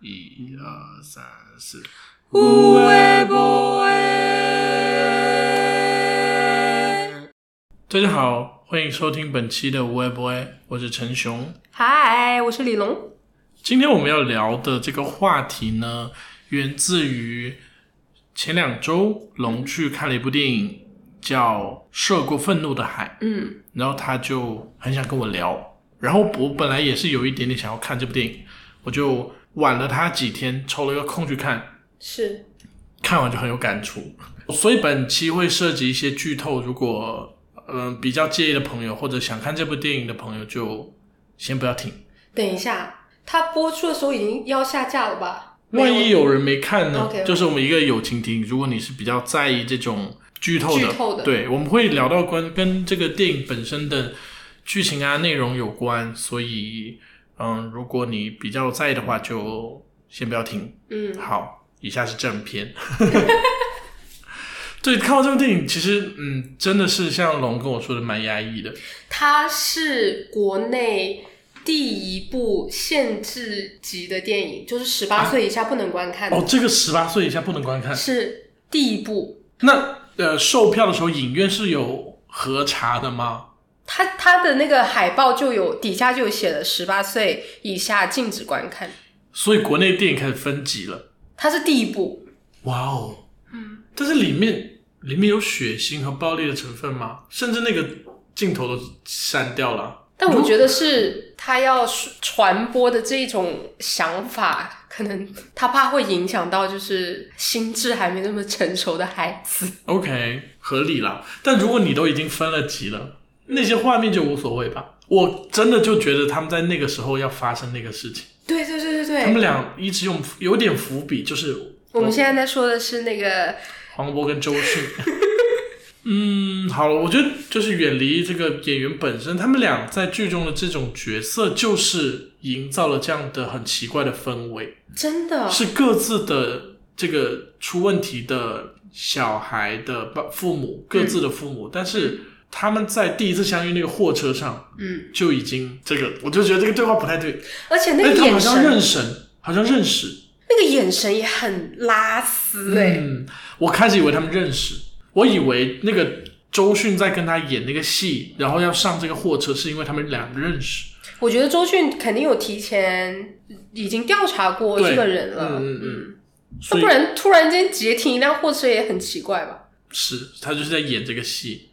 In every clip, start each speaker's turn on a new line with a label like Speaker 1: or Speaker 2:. Speaker 1: 一二三四，
Speaker 2: 有诶无诶。
Speaker 1: 大家好，欢迎收听本期的无爱不爱，我是陈雄。
Speaker 2: 嗨，我是李龙。
Speaker 1: 今天我们要聊的这个话题呢，源自于前两周龙去看了一部电影，叫《涉过愤怒的海》。
Speaker 2: 嗯
Speaker 1: 然后他就很想跟我聊，然后我本来也是有一点点想要看这部电影，我就晚了他几天，抽了一个空去看，，
Speaker 2: 是
Speaker 1: 看完就很有感触，所以本期会涉及一些剧透，如果嗯、呃比较介意的朋友或者想看这部电影的朋友就先不要听，
Speaker 2: 等一下，它播出的时候已经要下架了吧？
Speaker 1: 万一有人没看呢
Speaker 2: OK，OK
Speaker 1: 就是我们一个友情题，如果你是比较在意这种剧透的，
Speaker 2: 剧透的
Speaker 1: 对，我们会聊到关跟这个电影本身的剧情啊内容有关，所以嗯，如果你比较在意的话，就先不要听。
Speaker 2: 嗯，
Speaker 1: 好，以下是正片。 对，看完这部电影，其实嗯，真的是像龙跟我说的，蛮压抑的。
Speaker 2: 它是国内第一部限制级的电影，就是十八岁以下不能观看的，
Speaker 1: 啊哦，这个十八岁以下不能观看。
Speaker 2: 是第一部。
Speaker 1: 那呃，售票的时候，影院是有核查的吗？
Speaker 2: 它它的那个海报就有底下就有写了十八岁以下禁止观看，
Speaker 1: 所以国内电影开始分级了。
Speaker 2: 它是第一部，
Speaker 1: 哇哦，嗯，但是里面里面有血腥和暴力的成分吗？甚至那个镜头都删掉了。
Speaker 2: 但我觉得是他要传播的这种想法，可能他怕会影响到就是心智还没那么成熟的孩子。
Speaker 1: OK，合理啦。但如果你都已经分了级了，那些画面就无所谓吧。我真的就觉得他们在那个时候要发生那个事情，
Speaker 2: 对对对
Speaker 1: 他
Speaker 2: 对
Speaker 1: 们
Speaker 2: 对，
Speaker 1: 俩一直用有点伏笔，就是
Speaker 2: 我们现在在说的是那个
Speaker 1: 黄渤跟周迅。 嗯，好了，我觉得就是远离这个演员本身，他们俩在剧中的这种角色，就是营造了这样的很奇怪的氛围，
Speaker 2: 真的哦
Speaker 1: 是各自的这个出问题的小孩的爸父母，各自的父母，但是他们在第一次相遇那个货车上
Speaker 2: 嗯，
Speaker 1: 就已经这个，我就觉得这个对话不太对，
Speaker 2: 而且那
Speaker 1: 哎，
Speaker 2: 个
Speaker 1: 他们好
Speaker 2: 眼
Speaker 1: 像
Speaker 2: 神，
Speaker 1: 认识，好像认识，
Speaker 2: 那个眼神也很拉丝哎、
Speaker 1: 嗯，我开始以为他们认识，我以为那个周迅在跟他演那个戏，然后要上这个货车，是因为他们俩认识。
Speaker 2: 我觉得周迅肯定有提前已经调查过
Speaker 1: 对
Speaker 2: 这个人
Speaker 1: 嗯
Speaker 2: 了，
Speaker 1: 嗯嗯
Speaker 2: 那
Speaker 1: 所以
Speaker 2: 不然突然间截停一辆货车也很奇怪吧？
Speaker 1: 是他就是在演这个戏，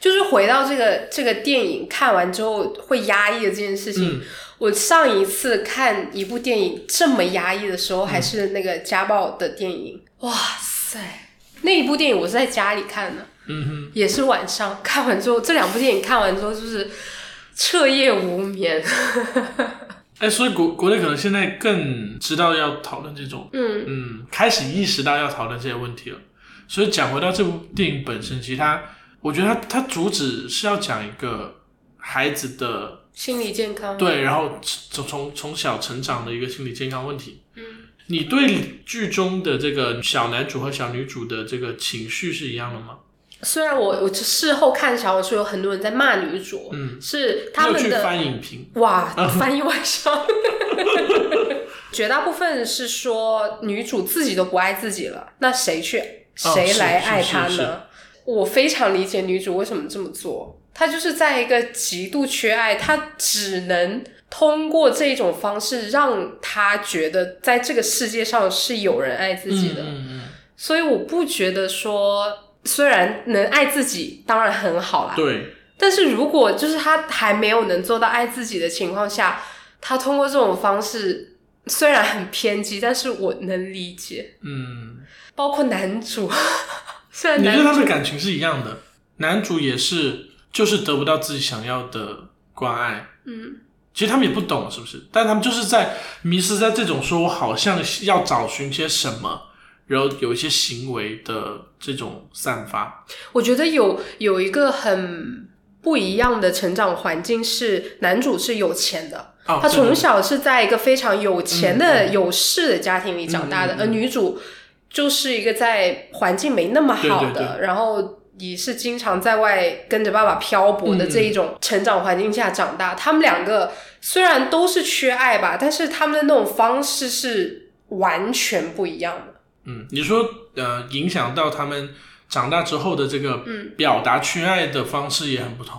Speaker 2: 就是回到这个这个电影看完之后会压抑的这件事情，
Speaker 1: 嗯
Speaker 2: 我上一次看一部电影这么压抑的时候，还是那个家暴的电影。哇塞，那一部电影我是在家里看的，
Speaker 1: 嗯哼，
Speaker 2: 也是晚上看完之后，这两部电影看完之后就是彻夜无 眠。
Speaker 1: 哎，所以国国内可能现在更知道要讨论这种，
Speaker 2: 嗯，
Speaker 1: 嗯，开始意识到要讨论这些问题了。所以讲回到这部电影本身，其实它，我觉得它它主旨是要讲一个孩子的
Speaker 2: 心理健康。
Speaker 1: 对，然后从从从小成长的一个心理健康问题。
Speaker 2: 嗯，
Speaker 1: 你对剧中的这个小男主和小女主的这个情绪是一样的吗？
Speaker 2: 虽然我我事后看小红书有很多人在骂女主，
Speaker 1: 嗯，
Speaker 2: 是他
Speaker 1: 你
Speaker 2: 们
Speaker 1: 有去
Speaker 2: 的
Speaker 1: 翻影评，
Speaker 2: 哇，翻译晚上。 绝大部分是说女主自己都不爱自己了，那谁去
Speaker 1: 哦
Speaker 2: 谁
Speaker 1: 是
Speaker 2: 来
Speaker 1: 是
Speaker 2: 爱
Speaker 1: 是
Speaker 2: 她
Speaker 1: 是
Speaker 2: 呢？我非常理解女主为什么这么做，她就是在一个极度缺爱，她只能通过这种方式让她觉得在这个世界上是有人爱自己的。
Speaker 1: 嗯嗯
Speaker 2: 所以我不觉得说，虽然能爱自己当然很好啦
Speaker 1: 嗯，，对，
Speaker 2: 但是如果就是他还没有能做到爱自己的情况下，他通过这种方式虽然很偏激，但是我能理解。
Speaker 1: 嗯，
Speaker 2: 包括男主， 虽然
Speaker 1: 你
Speaker 2: 男
Speaker 1: 对他
Speaker 2: 主
Speaker 1: 们的感情是一样的，男主也是，就是得不到自己想要的关爱。
Speaker 2: 嗯，
Speaker 1: 其实他们也不懂，是不是？但他们就是在迷失在这种说我好像要找寻些什么，然后有一些行为的这种散发。
Speaker 2: 我觉得有有一个很不一样的成长环境是男主是有钱的，
Speaker 1: 哦，
Speaker 2: 他
Speaker 1: 对对
Speaker 2: 从
Speaker 1: 对
Speaker 2: 小是在一个非常有钱的、
Speaker 1: 嗯
Speaker 2: 有势的家庭里长大
Speaker 1: 嗯
Speaker 2: 的，
Speaker 1: 嗯嗯
Speaker 2: 而女主就是一个在环境没那么好的，
Speaker 1: 对对
Speaker 2: 然后也是经常在外跟着爸爸漂泊的
Speaker 1: 嗯嗯
Speaker 2: 这一种成长环境下长大。他们两个虽然都是缺爱吧，但是他们的那种方式是完全不一样的。
Speaker 1: 嗯，你说呃，影响到他们长大之后的这个
Speaker 2: 嗯
Speaker 1: 表达缺爱的方式也很不同。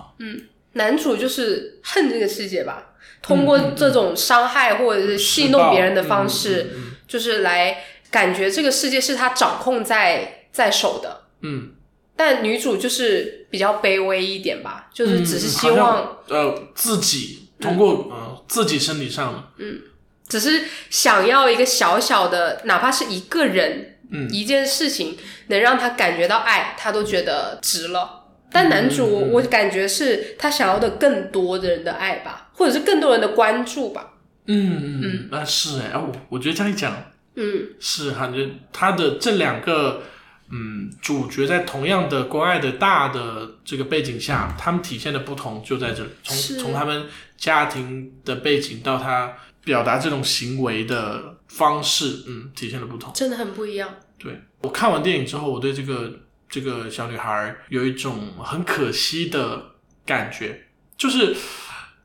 Speaker 2: 男主就是恨这个世界吧，通
Speaker 1: 嗯
Speaker 2: 过这种伤害或者是戏弄别人的方
Speaker 1: 嗯
Speaker 2: 式，就是来感觉这个世界是他掌控在在手的。
Speaker 1: 嗯，
Speaker 2: 但女主就是比较卑微一点吧，就
Speaker 1: 嗯，
Speaker 2: 是只是希望，
Speaker 1: 好像呃自己通过呃自己身体上的，
Speaker 2: 只是想要一个小小的，哪怕是一个人、
Speaker 1: 嗯
Speaker 2: 一件事情，能让他感觉到爱，他都觉得值了。但男主，
Speaker 1: 嗯嗯
Speaker 2: 我感觉是他想要的更多的人的爱吧，或者是更多人的关注吧。
Speaker 1: 嗯嗯，那是哎，啊我我觉得这样一讲
Speaker 2: 嗯，
Speaker 1: 是感觉他的这两个嗯主角在同样的关爱的大的这个背景下，他们体现的不同就在这里，从
Speaker 2: 是
Speaker 1: 从他们家庭的背景到他表达这种行为的方式，嗯，体现的不同。
Speaker 2: 真的很不一样。
Speaker 1: 对我看完电影之后，我对这个这个小女孩有一种很可惜的感觉，就是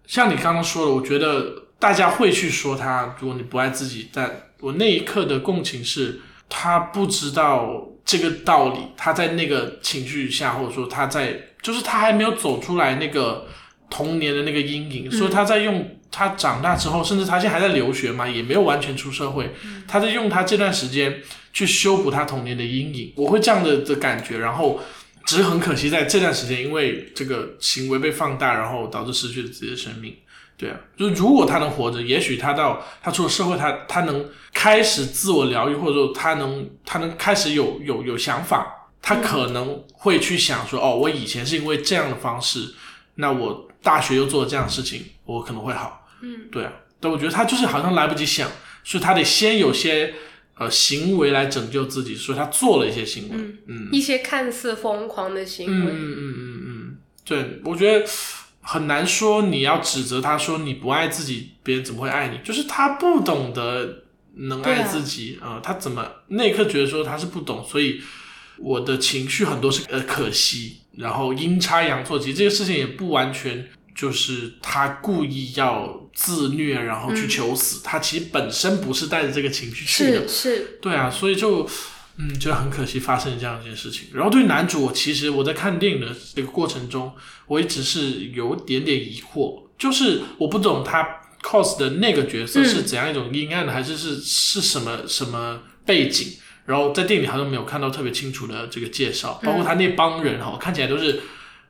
Speaker 1: 像你刚刚说的，我觉得大家会去说她，如果你不爱自己，但我那一刻的共情是，她不知道这个道理，她在那个情绪下，或者说她在，就是她还没有走出来那个童年的那个阴影，所以她在用。她长大之后，甚至她现在还在留学嘛，也没有完全出社会。她在用她这段时间去修补他童年的阴影，我会这样的的感觉。然后，只是很可惜，在这段时间，因为这个行为被放大，然后导致失去了自己的生命。对啊，就是如果他能活着，也许他到他出了社会，他他能开始自我疗愈，或者说他能他能开始有有有想法，他可能会去想说，哦，我以前是因为这样的方式，那我大学又做了这样的事情，我可能会好。
Speaker 2: 嗯，
Speaker 1: 对啊，但我觉得他就是好像来不及想，所以他得先有些呃行为来拯救自己，所以他做了一些行为。
Speaker 2: 嗯
Speaker 1: 嗯
Speaker 2: 一些看似疯狂的行
Speaker 1: 嗯
Speaker 2: 为，
Speaker 1: 嗯嗯嗯嗯，对，我觉得很难说你要指责他说你不爱自己，别人怎么会爱你？就是他不懂得能
Speaker 2: 对
Speaker 1: 爱
Speaker 2: 啊
Speaker 1: 自己啊、呃他怎么那一刻觉得说他是不懂，所以我的情绪很多是呃可惜，然后阴差阳错，其实这个事情也不完全。就是他故意要自虐，然后去
Speaker 2: 嗯
Speaker 1: 求死。他其实本身不是带着这个情绪去的
Speaker 2: 是，是，
Speaker 1: 对啊，所以就嗯，觉得很可惜发生这样一件事情。然后对男主，我其实我在看电影的这个过程中，我一直是有点点疑惑，就是我不懂他 cos 的那个角色
Speaker 2: 嗯
Speaker 1: 是怎样一种阴暗的，还是是是什么什么背景。然后在电影里好像没有看到特别清楚的这个介绍，
Speaker 2: 嗯
Speaker 1: 包括他那帮人哈，看起来都是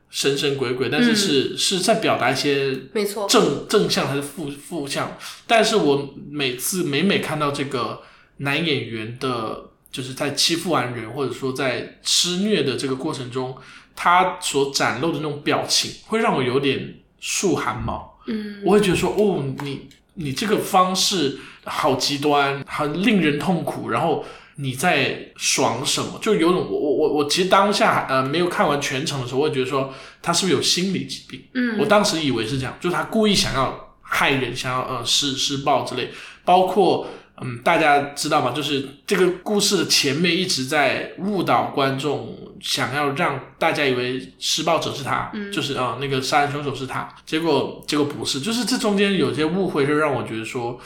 Speaker 1: 神神鬼鬼，但是
Speaker 2: 嗯
Speaker 1: 是、是在表达一些
Speaker 2: 没错，
Speaker 1: 正正向还是负负向？但是我每次每每看到这个男演员的，就是在欺负完人或者说在施虐的这个过程中，他所展露的那种表情，会让我有点竖汗毛。
Speaker 2: 嗯，
Speaker 1: 我会觉得说，哦，你你这个方式好极端，很令人痛苦，然后。你在爽什么？就有种我我我我其实当下呃没有看完全程的时候，我会觉得说他是不是有心理疾病？
Speaker 2: 嗯，
Speaker 1: 我当时以为是这样，就是他故意想要害人，想要呃施施暴之类。包括嗯，大家知道吗？就是这个故事的前面一直在误导观众，想要让大家以为施暴者是他，
Speaker 2: 嗯
Speaker 1: 就是啊、呃那个杀人凶手是他。结果结果不是，就是这中间有些误会，就让我觉得说。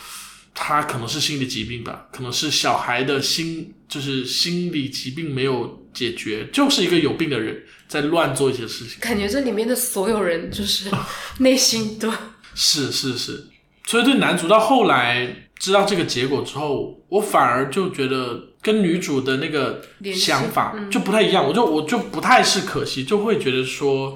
Speaker 1: 他可能是心理疾病吧，可能是小孩的心，就是心理疾病没有解决，就是一个有病的人在乱做一些事情。
Speaker 2: 感觉这里面的所有人就是 内心都
Speaker 1: 是是是，所以对男主到后来知道这个结果之后，我反而就觉得跟女主的那个
Speaker 2: 联系
Speaker 1: 想法
Speaker 2: 嗯
Speaker 1: 就不太一样，我就我就不太是可惜，就会觉得说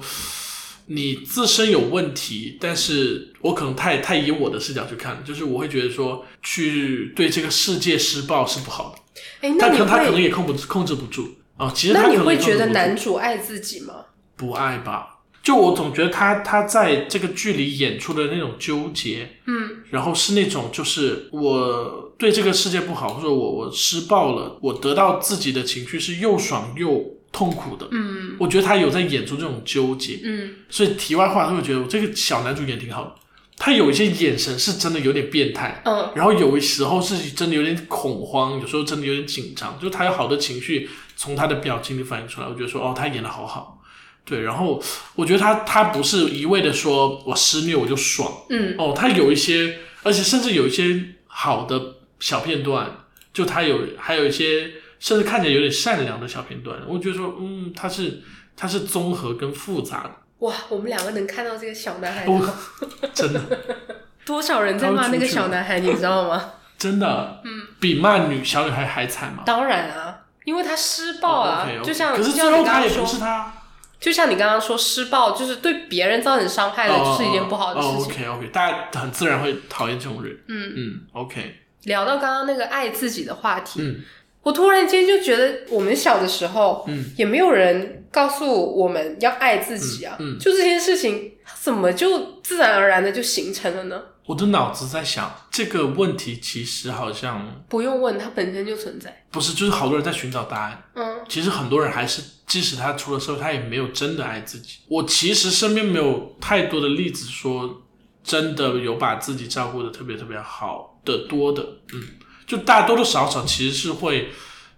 Speaker 1: 你自身有问题，但是我可能太太以我的视角去看，就是我会觉得说去对这个世界施暴是不好的，
Speaker 2: 哎，那
Speaker 1: 但
Speaker 2: 你
Speaker 1: 可能他可能
Speaker 2: 会
Speaker 1: 也控不控制不住啊、其实他
Speaker 2: 那
Speaker 1: 可
Speaker 2: 你
Speaker 1: 能也
Speaker 2: 会
Speaker 1: 控制
Speaker 2: 觉得
Speaker 1: 不住
Speaker 2: 男主爱自己吗？
Speaker 1: 不爱吧？就我总觉得他他在这个剧里演出的那种纠结，
Speaker 2: 嗯，
Speaker 1: 然后是那种就是我对这个世界不好，或者我我施暴了，我得到自己的情绪是又爽又痛苦的。
Speaker 2: 嗯
Speaker 1: 我觉得他有在演出这种纠结，
Speaker 2: 嗯，
Speaker 1: 所以题外话，会觉得这个小男主演挺好的，他有一些眼神是真的有点变态。
Speaker 2: 嗯，
Speaker 1: 然后有时候是真的有点恐慌，有时候真的有点紧张，就是他有好的情绪从他的表情里反映出来。我觉得说，哦，他演的好好，对。然后我觉得他他不是一味的说我施虐我就爽，
Speaker 2: 嗯，
Speaker 1: 哦，他有一些，而且甚至有一些好的小片段，就他有还有一些甚至看起来有点善良的小片段，我觉得说，嗯，他是他是综合跟复杂的，
Speaker 2: 哇，我们两个能看到这个小男孩，
Speaker 1: 我真的
Speaker 2: 多少人在骂那个小男孩，你知道吗？
Speaker 1: 真的，嗯，比骂女小女孩还惨嘛。
Speaker 2: 当然啊，因为他施暴
Speaker 1: 哦
Speaker 2: 啊，
Speaker 1: ，OK，OK
Speaker 2: 就像
Speaker 1: 可是
Speaker 2: 就
Speaker 1: 最
Speaker 2: 像
Speaker 1: 后
Speaker 2: 你刚
Speaker 1: 他
Speaker 2: 刚
Speaker 1: 也不是
Speaker 2: 说，
Speaker 1: 他，
Speaker 2: 就像你刚刚说施暴就是对别人造成伤害
Speaker 1: 哦
Speaker 2: 的，就是一件不好的事情。
Speaker 1: OK OK，大家很自然会讨厌这种人。
Speaker 2: 嗯
Speaker 1: 嗯，OK，
Speaker 2: 聊到刚刚那个爱自己的话题，
Speaker 1: 嗯
Speaker 2: 我突然间就觉得，我们小的时候，
Speaker 1: 嗯，
Speaker 2: 也没有人告诉我们要爱自己啊，
Speaker 1: 嗯嗯
Speaker 2: 就这件事情，它怎么就自然而然的就形成了呢？
Speaker 1: 我的脑子在想这个问题，其实好像
Speaker 2: 不用问，它本身就存在。
Speaker 1: 不是，就是好多人在寻找答案。
Speaker 2: 嗯
Speaker 1: 其实很多人还是，即使他出了社会，他也没有真的爱自己。我其实身边没有太多的例子说，真的有把自己照顾的特别特别好的多的，嗯，就大多多少少其实是会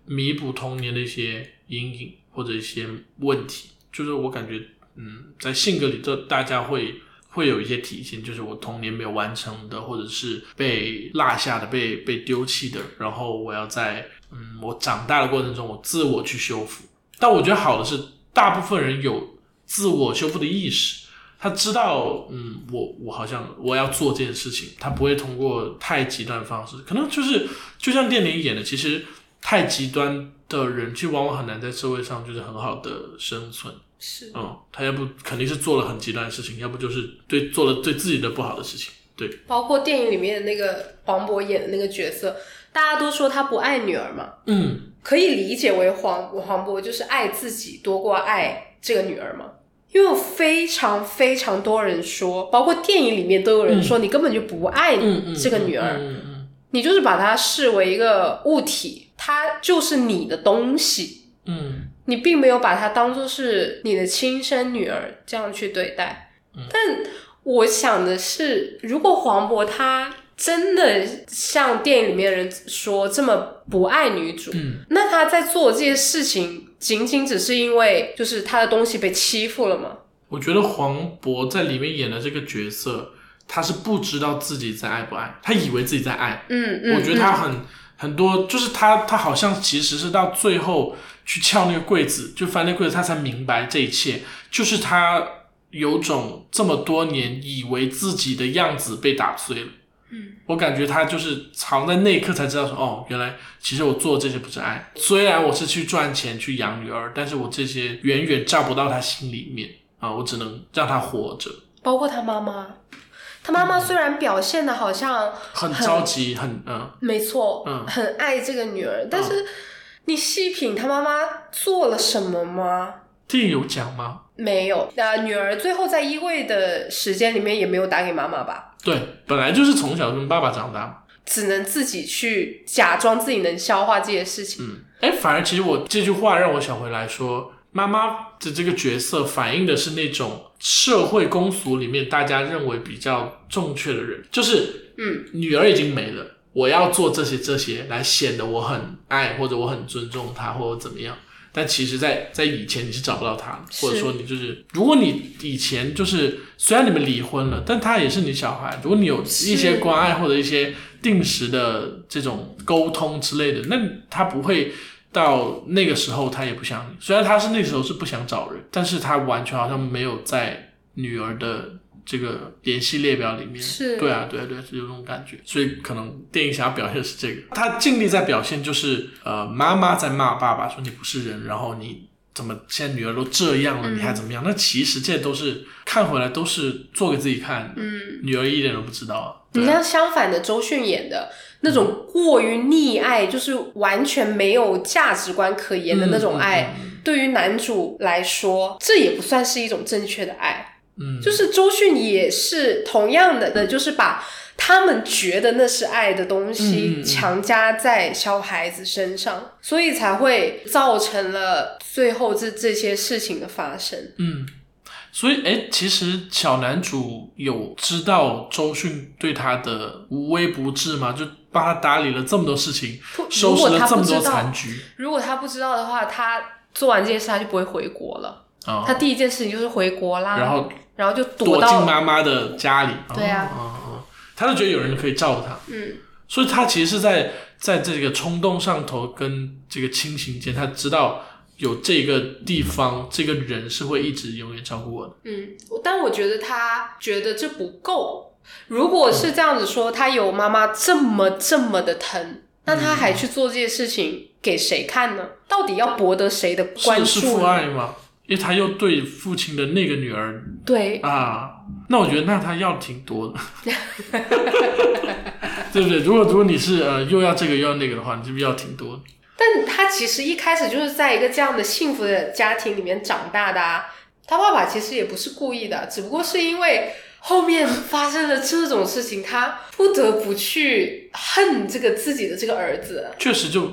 Speaker 1: 弥补童年的一些阴影或者一些问题。就是我感觉，嗯，在性格里头，大家会会有一些体现，就是我童年没有完成的，或者是被落下的、被被丢弃的，然后我要在嗯我长大的过程中，我自我去修复。但我觉得好的是，大部分人有自我修复的意识，他知道，嗯，我我好像我要做这件事情，他不会通过太极端的方式，可能就是就像电影演的，其实太极端的人，其实往往很难在社会上就是很好的生存。
Speaker 2: 是
Speaker 1: 嗯，他要不肯定是做了很极端的事情，要不就是对做了对自己的不好的事情。对，
Speaker 2: 包括电影里面的那个黄渤演的那个角色，大家都说他不爱女儿嘛，
Speaker 1: 嗯，
Speaker 2: 可以理解为黄黄渤就是爱自己多过爱这个女儿吗？因为有非常非常多人说，包括电影里面都有人说，你根本就不爱
Speaker 1: 嗯嗯，
Speaker 2: 这个女儿，
Speaker 1: 嗯嗯嗯
Speaker 2: 你就是把它视为一个物体，它就是你的东西，
Speaker 1: 嗯
Speaker 2: 你并没有把它当做是你的亲生女儿这样去对待。但我想的是，如果黄渤他真的像电影里面的人说这么不爱女主，
Speaker 1: 嗯
Speaker 2: 那他在做这些事情，仅仅只是因为就是他的东西被欺负了吗？
Speaker 1: 我觉得黄渤在里面演的这个角色，他是不知道自己在爱不爱，他以为自己在爱，
Speaker 2: 嗯嗯，
Speaker 1: 我觉得他很、很多，就是他他好像其实是到最后去撬那个柜子，就翻那个柜子，他才明白这一切，就是他有种这么多年以为自己的样子被打碎了。
Speaker 2: 嗯，
Speaker 1: 我感觉他就是藏在那一刻才知道说，哦，原来其实我做这些不是爱，虽然我是去赚钱去养女儿，但是我这些远远照不到他心里面啊，我只能让他活着，
Speaker 2: 包括他妈妈，他妈妈虽然表现的好像
Speaker 1: 嗯很着急，很嗯
Speaker 2: 没错，
Speaker 1: 嗯
Speaker 2: 很爱这个女儿，但是你细品他妈妈做了什么吗？
Speaker 1: 电影有讲吗？
Speaker 2: 没有，那、女儿最后在衣柜的时间里面也没有打给妈妈吧，
Speaker 1: 对，本来就是从小跟爸爸长大嘛。
Speaker 2: 只能自己去假装自己能消化这些事情。
Speaker 1: 嗯，哎，反而其实我这句话让我想回来说，妈妈的这个角色反映的是那种社会公俗里面大家认为比较正确的人，就是
Speaker 2: 嗯
Speaker 1: 女儿已经没了，我要做这些这些来显得我很爱或者我很尊重她或者怎么样。但其实在，在以前你是找不到她的，
Speaker 2: 是
Speaker 1: 或者说你就是，如果你以前就是虽然你们离婚了，但她也是你小孩，如果你有一些
Speaker 2: 是
Speaker 1: 关爱或者一些定时的这种沟通之类的，那他不会到那个时候他也不想你。虽然他是那时候是不想找人，但是他完全好像没有在女儿的这个联系列表里面。
Speaker 2: 是
Speaker 1: 对啊，对啊，对啊，有这种感觉。所以可能电影想要表现的是这个，他尽力在表现就是呃，妈妈在骂爸爸说你不是人，然后你。怎么现在女儿都这样了，你
Speaker 2: 嗯
Speaker 1: 还怎么样？那其实这都是看回来都是做给自己看，
Speaker 2: 嗯，
Speaker 1: 女儿一点都不知道啊。对
Speaker 2: 你
Speaker 1: 啊
Speaker 2: 像相反的周迅演的那种过于溺爱，就是完全没有价值观可言的那种爱，对于男主来说，这也不算是一种正确的爱。
Speaker 1: 嗯，嗯，
Speaker 2: 就是是周迅也是同样的，的呃就是把他们觉得那是爱的东
Speaker 1: 嗯嗯
Speaker 2: 西
Speaker 1: 嗯
Speaker 2: 强加在小孩子身上，所以才会造成了最后这这些事情的发生。
Speaker 1: 嗯，所以哎，其实小男主有知道周迅对他的无微不至吗？就帮他打理了这么多事情，
Speaker 2: 不如
Speaker 1: 收拾
Speaker 2: 果
Speaker 1: 了
Speaker 2: 他
Speaker 1: 这
Speaker 2: 不
Speaker 1: 么
Speaker 2: 知
Speaker 1: 多
Speaker 2: 道
Speaker 1: 残，局
Speaker 2: 如果他不知道的话，他做完这件事他就不会回国了。
Speaker 1: 啊、
Speaker 2: 他第一件事情就是回国啦，
Speaker 1: 然后
Speaker 2: 然后就
Speaker 1: 躲进
Speaker 2: 到
Speaker 1: 妈妈的家里。
Speaker 2: 对啊
Speaker 1: 哦，哦哦他就觉得有人可以照顾他，
Speaker 2: 嗯
Speaker 1: 所以他其实是在在这个冲动上头跟这个清醒间，他知道有这个地方，这个人是会一直永远照顾我的。
Speaker 2: 嗯，但我觉得他觉得这不够。如果是这样子说，他有妈妈这么这么的疼，那他
Speaker 1: 嗯
Speaker 2: 还去做这些事情给谁看呢？到底要博得谁的关
Speaker 1: 是是
Speaker 2: 注
Speaker 1: 父
Speaker 2: 呢？
Speaker 1: 爱嘛？因为他又对父亲的那个女儿
Speaker 2: 对，
Speaker 1: 啊，那我觉得那他要挺多的， 对不对？如果如果你是呃又要这个又要那个的话，你是不是要挺多的？
Speaker 2: 但他其实一开始就是在一个这样的幸福的家庭里面长大的啊。他爸爸其实也不是故意的，只不过是因为后面发生了这种事情，他不得不去恨这个自己的这个儿子。
Speaker 1: 确实就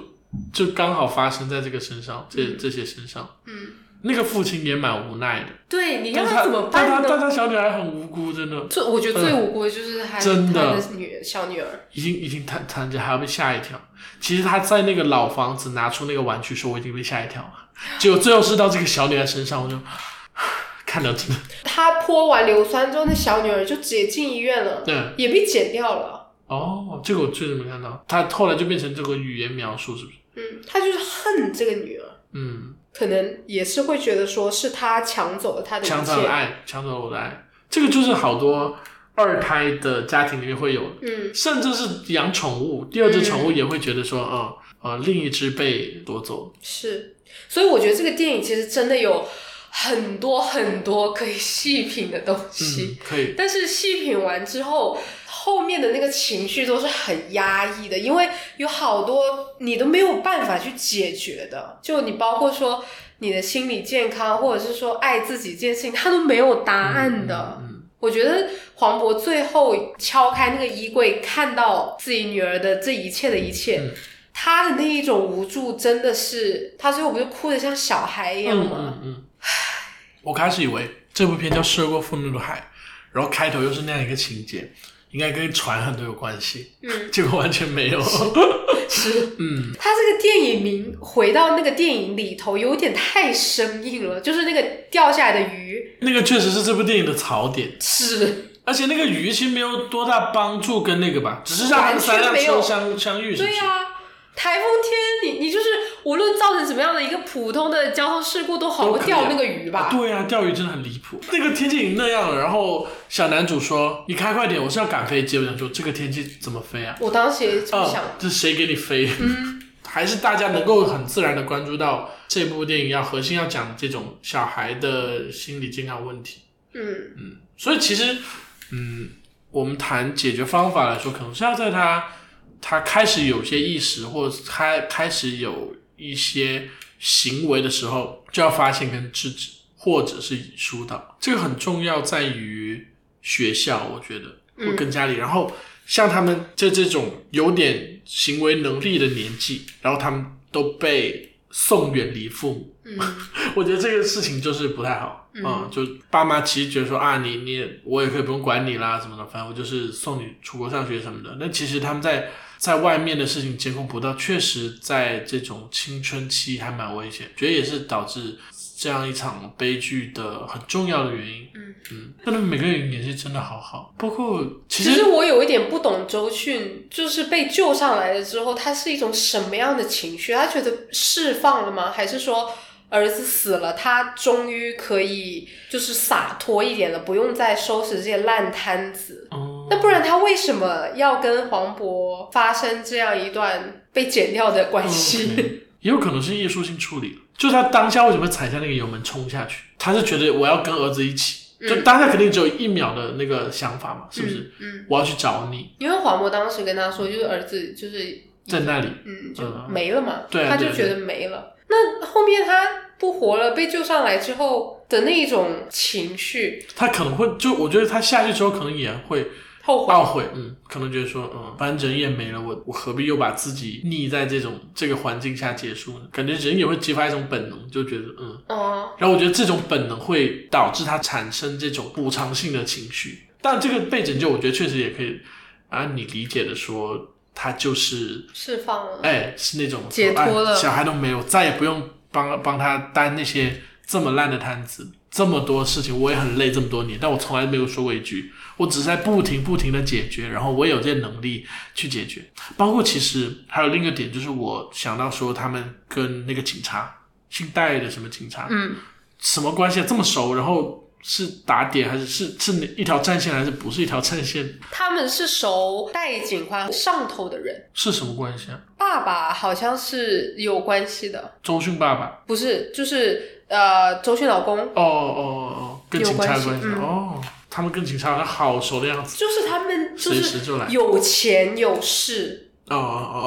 Speaker 1: 就刚好发生在这个身上，这这些身上，
Speaker 2: 嗯，
Speaker 1: 那个父亲也蛮无奈的。
Speaker 2: 对，你让
Speaker 1: 但是
Speaker 2: 他
Speaker 1: 他
Speaker 2: 怎么
Speaker 1: 但他
Speaker 2: 办
Speaker 1: 但
Speaker 2: 呢？
Speaker 1: 他小女孩很无辜，真的，
Speaker 2: 最我觉得最无辜的就是他
Speaker 1: 嗯真
Speaker 2: 他
Speaker 1: 的
Speaker 2: 的女小女儿，
Speaker 1: 已经已经弹弹着还要被吓一跳。其实他在那个老房子拿出那个玩具说：“我已经被吓一跳了。”结果最后是到这个小女孩身上，我就啊看到真的，
Speaker 2: 他泼完硫酸之后，那小女儿就直接进医院了，
Speaker 1: 对
Speaker 2: 也被剪掉了。
Speaker 1: 哦，这个我确实没看到。他后来就变成这个语言描述，是不是？
Speaker 2: 嗯，他就是恨这个女儿，
Speaker 1: 嗯，
Speaker 2: 可能也是会觉得说是他抢走了他的一切，
Speaker 1: 抢走了爱，抢走了我的爱，这个就是好多二胎的家庭里面会有的。
Speaker 2: 嗯，
Speaker 1: 甚至是养宠物，第二只宠物也会觉得说，哦、呃，另一只被夺走。
Speaker 2: 是，所以我觉得这个电影其实真的有很多很多可以细品的东
Speaker 1: 嗯
Speaker 2: 西，，
Speaker 1: 可以，
Speaker 2: 但是细品完之后，后面的那个情绪都是很压抑的，因为有好多你都没有办法去解决的，就你包括说你的心理健康，或者是说爱自己这件事情，它都没有答案的。
Speaker 1: 嗯，
Speaker 2: 我觉得黄渤最后敲开那个衣柜，看到自己女儿的这一切的一切，
Speaker 1: 嗯
Speaker 2: 他的那一种无助，真的是他最后不就哭得像小孩一
Speaker 1: 嗯
Speaker 2: 样
Speaker 1: 嗯
Speaker 2: 吗？
Speaker 1: 嗯嗯。我开始以为这部片叫《涉过愤怒的海》，然后开头又是那样一个情节，应该跟船很多有关系，
Speaker 2: 嗯，
Speaker 1: 结果完全没有。
Speaker 2: 是
Speaker 1: 嗯，
Speaker 2: 他这个电影名回到那个电影里头，有点太生硬了，就是那个掉下来的鱼，
Speaker 1: 那个确实是这部电影的槽点，
Speaker 2: 是，
Speaker 1: 而且那个鱼其实没有多大帮助跟那个吧，只是让他们三辆车相相遇。是不
Speaker 2: 对
Speaker 1: 是
Speaker 2: 呀、台风天，你你就是无论造成什么样的一个普通的交通事故，都好过
Speaker 1: 都可以啊
Speaker 2: 钓那个鱼吧？
Speaker 1: 对啊，钓鱼真的很离谱。那个天气已经那样了，然后小男主说：“你开快点，我是要赶飞机。”我想说，这个天气怎么飞啊？
Speaker 2: 我当时也这么想，
Speaker 1: 啊，这谁给你飞？嗯还是大家能够很自然的关注到这部电影要核心要讲的这种小孩的心理健康问题。
Speaker 2: 嗯
Speaker 1: 所以其实，嗯，我们谈解决方法来说，可能是要在他他开始有些意识，或者他开始有一些行为的时候，就要发现跟制止，或者是疏导。这个很重要，在于学校，我觉得
Speaker 2: 嗯
Speaker 1: 会跟家里，然后像他们这这种有点行为能力的年纪，然后他们都被送远离父母。
Speaker 2: 嗯。
Speaker 1: 我觉得这个事情就是不太好，
Speaker 2: 嗯
Speaker 1: 嗯，就爸妈其实觉得说啊，你你也我也可以不用管你啦什么的，反正我就是送你出国上学什么的。那其实他们在在外面的事情监控不到，确实在这种青春期还蛮危险，觉得也是导致这样一场悲剧的很重要的原因。
Speaker 2: 嗯
Speaker 1: 嗯，但是每个人也是真的好好，包括其
Speaker 2: 其实
Speaker 1: 实
Speaker 2: 我有一点不懂周迅，就是被救上来了之后，他是一种什么样的情绪？他觉得释放了吗？还是说儿子死了，他终于可以就是洒脱一点了，不用再收拾这些烂摊子？
Speaker 1: 嗯，
Speaker 2: 那不然他为什么要跟黄渤发生这样一段被剪掉的关系
Speaker 1: 哦 OK 也有可能是艺术性处理，就是他当下为什么踩下那个油门冲下去？他是觉得我要跟儿子一起，
Speaker 2: 嗯
Speaker 1: 就当下肯定只有一秒的那个想法嘛，是不是？？
Speaker 2: 嗯，嗯
Speaker 1: 我要去找你，
Speaker 2: 因为黄渤当时跟他说，就是儿子就是
Speaker 1: 在那里，
Speaker 2: 嗯，就
Speaker 1: 嗯
Speaker 2: 没了嘛，
Speaker 1: 对啊
Speaker 2: 他就
Speaker 1: 对啊
Speaker 2: 觉得没了。那后面他不活了，被救上来之后的那一种情绪，
Speaker 1: 他可能会就我觉得他下去之后可能也会
Speaker 2: 后悔，
Speaker 1: 懊悔，嗯，可能觉得说，嗯，反正人也没了，我我何必又把自己腻在这种这个环境下结束呢？感觉人也会激发一种本能，就觉得嗯。
Speaker 2: 嗯，
Speaker 1: 然后我觉得这种本能会导致他产生这种补偿性的情绪，但这个被拯救，我觉得确实也可以按你理解的说，他就是
Speaker 2: 释放了。
Speaker 1: 哎是那种
Speaker 2: 解脱
Speaker 1: 哎
Speaker 2: 了
Speaker 1: 小孩都没有，再也不用帮帮他担那些这么烂的摊子，这么多事情，我也很累这么多年，但我从来没有说过一句，我只是在不停不停的解决，然后我有这些能力去解决。包括其实还有另一个点，就是我想到说他们跟那个警察，姓戴的什么警察，
Speaker 2: 嗯，
Speaker 1: 什么关系啊？这么熟，然后是打点还是是是一条战线还是不是一条战线？
Speaker 2: 他们是熟戴警官上头的人，
Speaker 1: 是什么关系啊？
Speaker 2: 爸爸好像是有关系的，
Speaker 1: 周迅爸爸，
Speaker 2: 不是，就是呃，周迅老公，
Speaker 1: 哦哦哦哦，跟警察有
Speaker 2: 有
Speaker 1: 关
Speaker 2: 关
Speaker 1: 系、
Speaker 2: 系嗯
Speaker 1: 哦，他们跟警察好像好熟的样子，
Speaker 2: 就是他们就
Speaker 1: 随时
Speaker 2: 是
Speaker 1: 就来。
Speaker 2: 有钱有势，
Speaker 1: 哦哦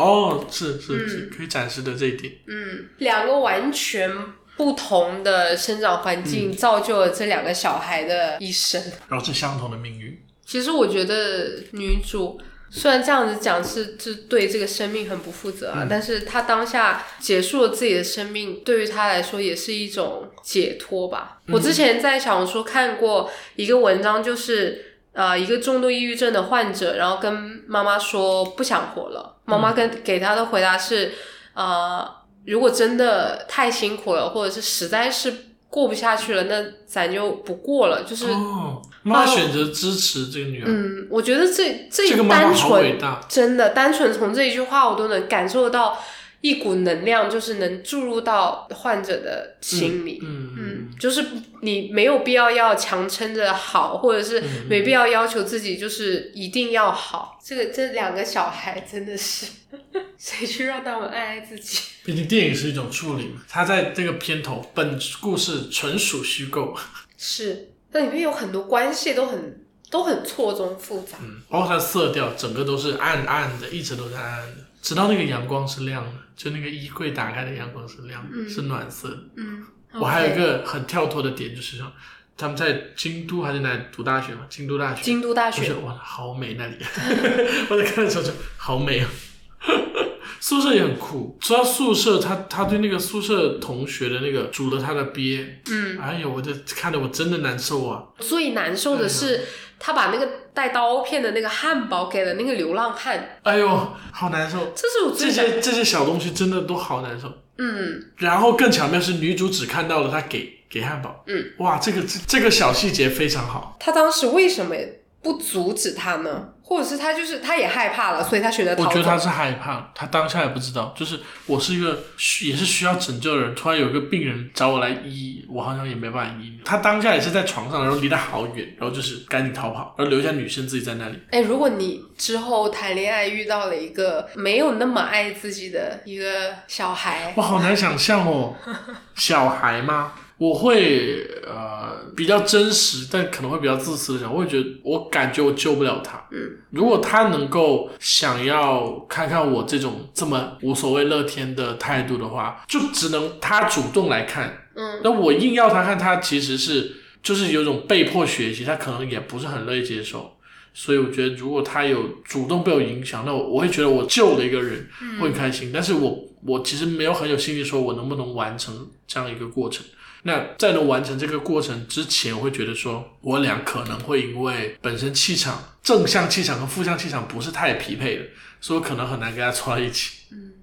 Speaker 1: 哦，是是是，可以展示的这一点。
Speaker 2: 嗯，两个完全不同的生长环
Speaker 1: 嗯
Speaker 2: 境造就了这两个小孩的一生。
Speaker 1: 然后这相同的命运，
Speaker 2: 其实我觉得女主虽然这样子讲是是对这个生命很不负责啊，但是她当下结束了自己的生命，对于她来说也是一种解脱吧。我之前在小红书看过一个文章，就是呃一个重度抑郁症的患者，然后跟妈妈说不想活了，妈妈跟给她的回答是，呃，如果真的太辛苦了，或者是实在是过不下去了，那咱就不过了，就是。
Speaker 1: 哦，妈妈选择支持这个女儿，
Speaker 2: 嗯，我觉得这这
Speaker 1: 这个
Speaker 2: 一
Speaker 1: 妈妈
Speaker 2: 单
Speaker 1: 好
Speaker 2: 纯
Speaker 1: 伟大。
Speaker 2: 真的单纯从这一句话，我都能感受到一股能量，就是能注入到患者的心里。
Speaker 1: 嗯
Speaker 2: 嗯，就是你没有必要要强撑着好，或者
Speaker 1: 嗯
Speaker 2: 是没必要要求自己就是一定要好。这个这两个小孩真的是， 谁去让他们爱爱自己？
Speaker 1: 毕竟电影是一种处理嘛，它在这个片头，本故事纯属虚构。
Speaker 2: 是，那里面有很多关系都很都很错综复杂。
Speaker 1: 嗯，包括它的色调，整个都是暗暗的，一直都是暗暗的，直到那个阳光是亮的，就那个衣柜打开的阳光是亮的，
Speaker 2: 嗯
Speaker 1: 是暖色的。
Speaker 2: 嗯，
Speaker 1: 我还有一
Speaker 2: OK
Speaker 1: 个很跳脱的点，就是说他们在京都还是哪里读大学嘛？京都大学，
Speaker 2: 京都大
Speaker 1: 我觉
Speaker 2: 学
Speaker 1: 得哇，好美那里。 我在看的时候就好美啊。 宿舍也很酷，说到宿舍，他他对那个宿舍同学的那个煮了他的鳖，
Speaker 2: 嗯，
Speaker 1: 哎呦，我这看得我真的难受啊！
Speaker 2: 最难受的
Speaker 1: 嗯
Speaker 2: 是，他把那个带刀片的那个汉堡给了那个流浪汉，
Speaker 1: 哎呦，好难受，
Speaker 2: 这是我最
Speaker 1: 这
Speaker 2: 难。
Speaker 1: 些这些小东西真的都好难受。
Speaker 2: 嗯，
Speaker 1: 然后更巧妙是女主只看到了他给给汉堡，
Speaker 2: 嗯，
Speaker 1: 哇，这个这这个小细节非常好，
Speaker 2: 他当时为什么不阻止他呢？或者是他就是他也害怕了，所以他选择
Speaker 1: 我
Speaker 2: 逃
Speaker 1: 觉得
Speaker 2: 走。
Speaker 1: 他是害怕，他当下也不知道，就是我是一个需也是需要拯救的人，突然有一个病人找我来医，我好像也没办法医。他当下也是在床上，然后离得好远，然后就是赶紧逃跑，然后留下女生自己在那里。
Speaker 2: 哎，如果你之后谈恋爱遇到了一个没有那么爱自己的一个小孩，
Speaker 1: 我好难想象 哦，小孩吗？我会呃比较真实，但可能会比较自私的想，我会觉得我感觉我救不了他。
Speaker 2: 嗯，
Speaker 1: 如果他能够想要看看我这种这么无所谓乐天的态度的话，就只能他主动来看。
Speaker 2: 嗯，
Speaker 1: 那我硬要他看，他其实是就是有种被迫学习，他可能也不是很乐意接受。所以我觉得，如果他有主动被我影响，那我我会觉得我救了一个人，会很开心。但是我我其实没有很有信心说我能不能完成这样一个过程。那在能完成这个过程之前，我会觉得说，我俩可能会因为本身气场正向气场和负向气场不是太匹配的，所以我可能很难跟他凑在一起。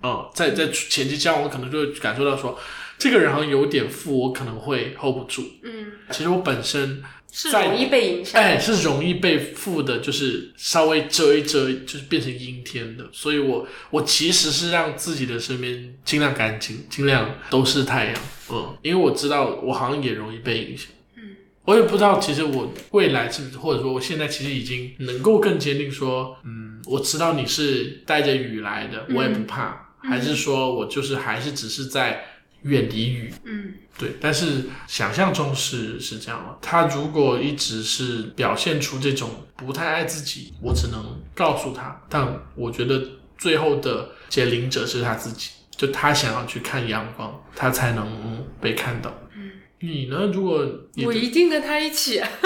Speaker 1: 嗯，在在前期交往，我可能就会感受到说，这个人好像有点负，我可能会 hold 不住。
Speaker 2: 嗯，
Speaker 1: 其实我本身
Speaker 2: 是
Speaker 1: 在
Speaker 2: 容易被影响。
Speaker 1: 哎，是容易被负的，就是稍微遮一遮，就是变成阴天的。所以我我其实是让自己的身边尽量干净，尽量都是太阳。嗯，因为我知道我好像也容易被影响。
Speaker 2: 嗯，
Speaker 1: 我也不知道，其实我未来是不是，或者说我现在其实已经能够更坚定说，嗯，我知道你是带着雨来的，我也不怕，
Speaker 2: 嗯
Speaker 1: 还是说我就是还是只是在远离雨。
Speaker 2: 嗯
Speaker 1: 对，但是想象中是是这样了。他如果一直是表现出这种不太爱自己，我只能告诉他，但我觉得最后的解铃者是他自己，就他想要去看阳光，他才能被看到。
Speaker 2: 嗯，
Speaker 1: 你呢？如果你
Speaker 2: 我一定跟他一起。啊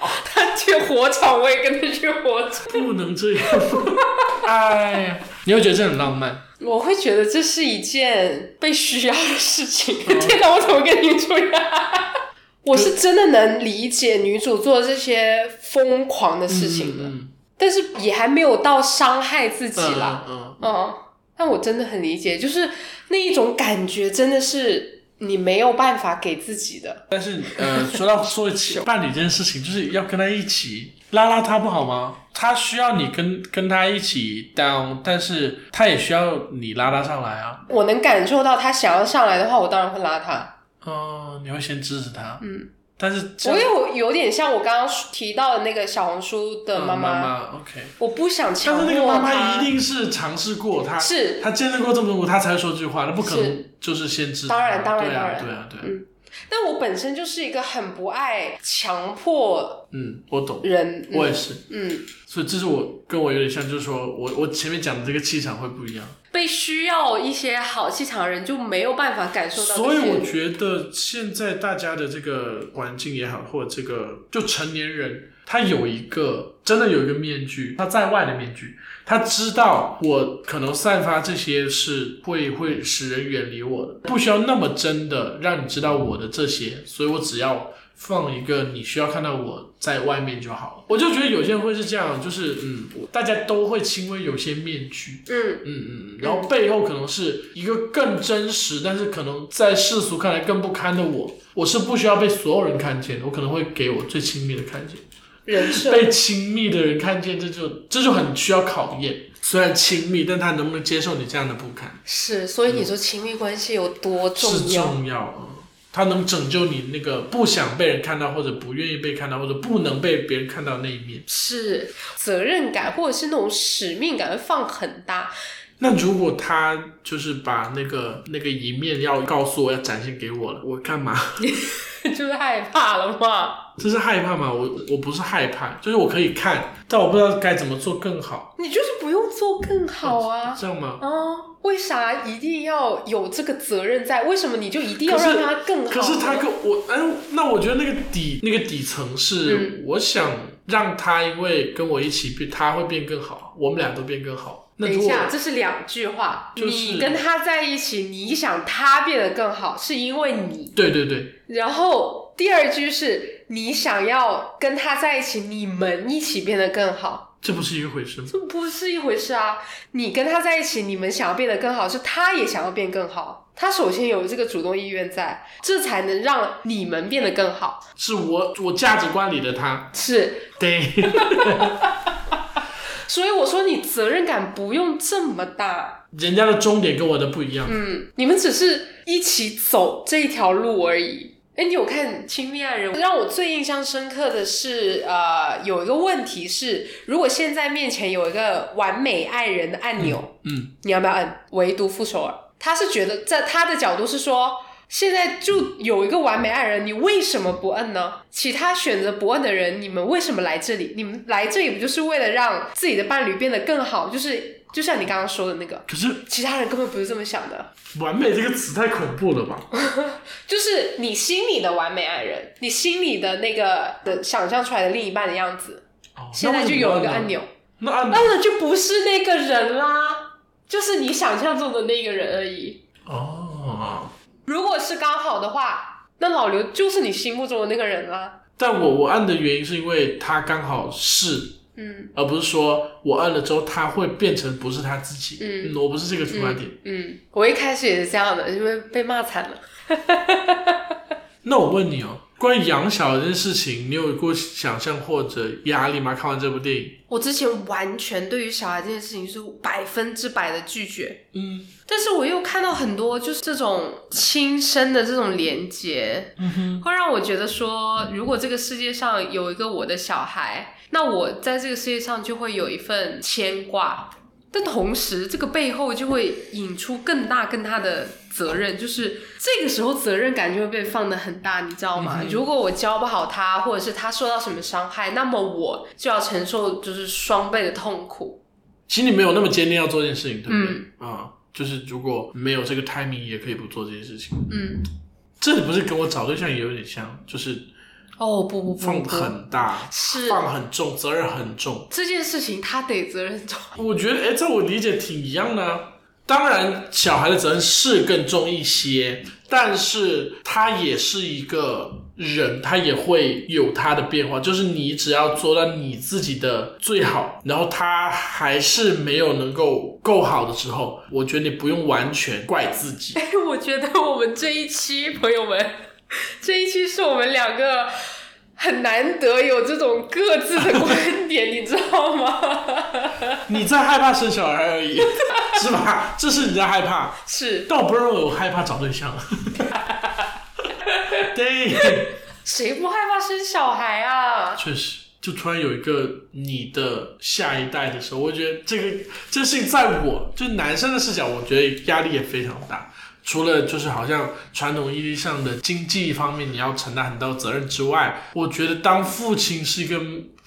Speaker 2: 他去火场，我也跟他去火场。
Speaker 1: 不能这样， 哎呀，你会觉得这很浪漫。
Speaker 2: 我会觉得这是一件被需要的事情。
Speaker 1: 嗯
Speaker 2: 天哪，我怎么跟女主一样？我是真的能理解女主做这些疯狂的事情的，
Speaker 1: 嗯
Speaker 2: 但是也还没有到伤害自己
Speaker 1: 嗯
Speaker 2: 啦。
Speaker 1: 嗯，
Speaker 2: 嗯，但我真的很理解，就是那一种感觉，真的是你没有办法给自己的。
Speaker 1: 但是呃，说到做起伴侣这件事情，就是要跟他一起拉拉他，不好吗？他需要你跟跟他一起 down，但是他也需要你拉他上来啊。
Speaker 2: 我能感受到他想要上来的话，我当然会拉他。
Speaker 1: 嗯、你会先支持他，
Speaker 2: 嗯，
Speaker 1: 但是这
Speaker 2: 我
Speaker 1: 样
Speaker 2: 有有点像我刚刚提到的那个小红书的
Speaker 1: 嗯
Speaker 2: 妈
Speaker 1: 妈，OK。
Speaker 2: 我不想
Speaker 1: 但
Speaker 2: 强
Speaker 1: 是
Speaker 2: 迫
Speaker 1: 那个妈妈
Speaker 2: 他。
Speaker 1: 一定是尝试过，她
Speaker 2: 是，
Speaker 1: 她见识过这么多，她才会说这句话，那不可能
Speaker 2: 是
Speaker 1: 就是先知道。
Speaker 2: 当然当然
Speaker 1: 对
Speaker 2: 当
Speaker 1: 啊，
Speaker 2: 然
Speaker 1: 对啊，对啊，
Speaker 2: 但我本身就是一个很不爱强迫
Speaker 1: 嗯，我懂，
Speaker 2: 人。嗯
Speaker 1: 我也是，
Speaker 2: 嗯，
Speaker 1: 所以这是我跟我有点像，就是说我我前面讲的这个气场会不一样，
Speaker 2: 被需要一些好气场的人就没有办法感受到这些。
Speaker 1: 所以我觉得现在大家的这个环境也好，或者这个就成年人，他有一个真的有一个面具，他在外的面具，他知道我可能散发这些是会会使人远离我的，不需要那么真的让你知道我的这些，所以我只要放一个你需要看到我在外面就好了。我就觉得有些人会是这样，就是嗯，我大家都会轻微有些面具，
Speaker 2: 嗯，
Speaker 1: 嗯嗯，嗯，然后背后可能是一个更真实，但是可能在世俗看来更不堪的我，我是不需要被所有人看见的，我可能会给我最亲密的看见，
Speaker 2: 人设
Speaker 1: 被亲密的人看见，这就这就很需要考验。虽然亲密，但他能不能接受你这样的不堪
Speaker 2: 是，所以你说亲密关系有多
Speaker 1: 是
Speaker 2: 重要？
Speaker 1: 重要啊。嗯他能拯救你那个不想被人看到，或者不愿意被看到，或者不能被别人看到的那一面。
Speaker 2: 是责任感或者是那种使命感会放很大。
Speaker 1: 那如果他就是把那个那个一面要告诉我，要展现给我了，我干嘛？
Speaker 2: 就是害怕了嘛？
Speaker 1: 这是害怕吗？我我不是害怕，就是我可以看，但我不知道该怎么做更好，
Speaker 2: 你就是不用做更好啊
Speaker 1: 这样吗？
Speaker 2: 啊！为啥一定要有这个责任在？为什么你就一定要
Speaker 1: 可是
Speaker 2: 让他更好？
Speaker 1: 可是他跟我，哎，那我觉得那个底那个底层
Speaker 2: 嗯
Speaker 1: 是，我想让他因为跟我一起变，他会变更好，我们俩都变更好。那
Speaker 2: 等
Speaker 1: 如
Speaker 2: 一
Speaker 1: 果
Speaker 2: 下，这是两句话。
Speaker 1: 就是
Speaker 2: 你跟他在一起，你想他变得更好，是因为你。
Speaker 1: 对对对，
Speaker 2: 然后第二句是你想要跟他在一起，你们一起变得更好。
Speaker 1: 这不是一回事吗？
Speaker 2: 这不是一回事啊！你跟他在一起，你们想要变得更好，是他也想要变更好。他首先有这个主动意愿在，这才能让你们变得更好。
Speaker 1: 是我我价值观里的他，
Speaker 2: 是，
Speaker 1: 对，
Speaker 2: 所以我说你责任感不用这么大。
Speaker 1: 人家的终点跟我的不一样。
Speaker 2: 嗯，你们只是一起走这一条路而已。哎，你有看《亲密爱人》？让我最印象深刻的是，呃，有一个问题是，如果现在面前有一个完美爱人的按钮，
Speaker 1: 嗯，
Speaker 2: 你要不要摁？唯独傅首尔，他是觉得在他的角度是说，现在就有一个完美爱人，你为什么不摁呢？其他选择不摁的人，你们为什么来这里？你们来这里不就是为了让自己的伴侣变得更好？就是就像你刚刚说的那个，
Speaker 1: 可是
Speaker 2: 其他人根本不是这么想的，
Speaker 1: “完美”这个词太恐怖了吧？
Speaker 2: 就是你心里的完美爱人，你心里的那个的想象出来的另一半的样子，
Speaker 1: 哦
Speaker 2: 现在就有一个按，钮，
Speaker 1: 那为什么要呢那按钮
Speaker 2: 摁了就不是那个人啦，就是你想象中的那个人而已。
Speaker 1: 哦。
Speaker 2: 如果是刚好的话，那老刘就是你心目中的那个人啦。
Speaker 1: 但我我按的原因是因为他刚好是，
Speaker 2: 嗯
Speaker 1: 而不是说我按了之后他会变成不是他自己。
Speaker 2: 嗯
Speaker 1: 我不是这个出发点。
Speaker 2: 嗯，我一开始也是这样的，因为被骂惨了。
Speaker 1: 那我问你哦，关于养小孩这件事情，你有过想象或者压力吗？看完这部电影，
Speaker 2: 我之前完全对于小孩这件事情是百分之百的拒绝，
Speaker 1: 嗯
Speaker 2: 但是我又看到很多就是这种亲身的这种连接，
Speaker 1: 嗯哼，
Speaker 2: 会让我觉得说，如果这个世界上有一个我的小孩，那我在这个世界上就会有一份牵挂。但同时，这个背后就会引出更大更大的责任，就是这个时候责任感就会被放得很大，你知道
Speaker 1: 嗯
Speaker 2: 吗？如果我教不好他，或者是他受到什么伤害，那么我就要承受就是双倍的痛苦。
Speaker 1: 其实你没有那么坚定要做这件事情，对不对？
Speaker 2: 嗯
Speaker 1: 啊、就是如果没有这个 timing，也可以不做这件事情。
Speaker 2: 嗯，
Speaker 1: 这不是跟我找对象也有点像，就是
Speaker 2: 哦不不不
Speaker 1: 放
Speaker 2: 不，
Speaker 1: 很大，
Speaker 2: 是
Speaker 1: 放很重，责任很重。
Speaker 2: 这件事情他得责任重。
Speaker 1: 我觉得，哎，这我理解挺一样的、啊。当然，小孩的责任是更重一些，但是他也是一个人，他也会有他的变化。就是你只要做到你自己的最好，然后他还是没有能够够好的时候，我觉得你不用完全怪自己。
Speaker 2: 我觉得我们这一期朋友们，这一期是我们两个很难得有这种各自的观点，你知道吗？
Speaker 1: 你在害怕生小孩而已，是吧？这是你在害怕，
Speaker 2: 是
Speaker 1: 但我不认为我害怕找对象。对，
Speaker 2: 谁不害怕生小孩啊？
Speaker 1: 确实，就突然有一个你的下一代的时候，我觉得这个这事情在我就男生的视角，我觉得压力也非常大。除了就是好像传统意义上的经济方面你要承担很大的责任之外，我觉得当父亲是一个，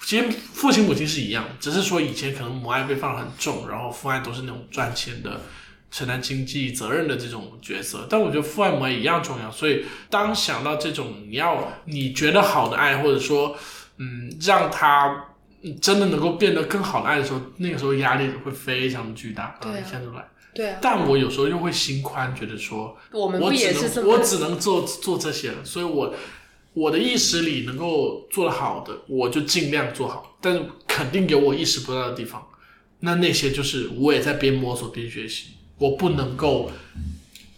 Speaker 1: 其实父亲母亲是一样，只是说以前可能母爱被放得很重，然后父爱都是那种赚钱的。承担经济责任的这种角色，但我觉得父爱母爱一样重要。所以，当想到这种你要你觉得好的爱，或者说，嗯，让他嗯真的能够变得更好的爱的时候，那个时候压力会非常巨大，
Speaker 2: 对啊
Speaker 1: 一下就来。
Speaker 2: 对啊，
Speaker 1: 但我有时候又会心宽，觉得说，
Speaker 2: 我们
Speaker 1: 我
Speaker 2: 不
Speaker 1: 只
Speaker 2: 也是这
Speaker 1: 能
Speaker 2: 么
Speaker 1: 我？只能做做这些了，所以我我的意识里能够做得好的，我就尽量做好，但是肯定有我意识不到的地方。那那些就是我也在边摸索边学习，我不能够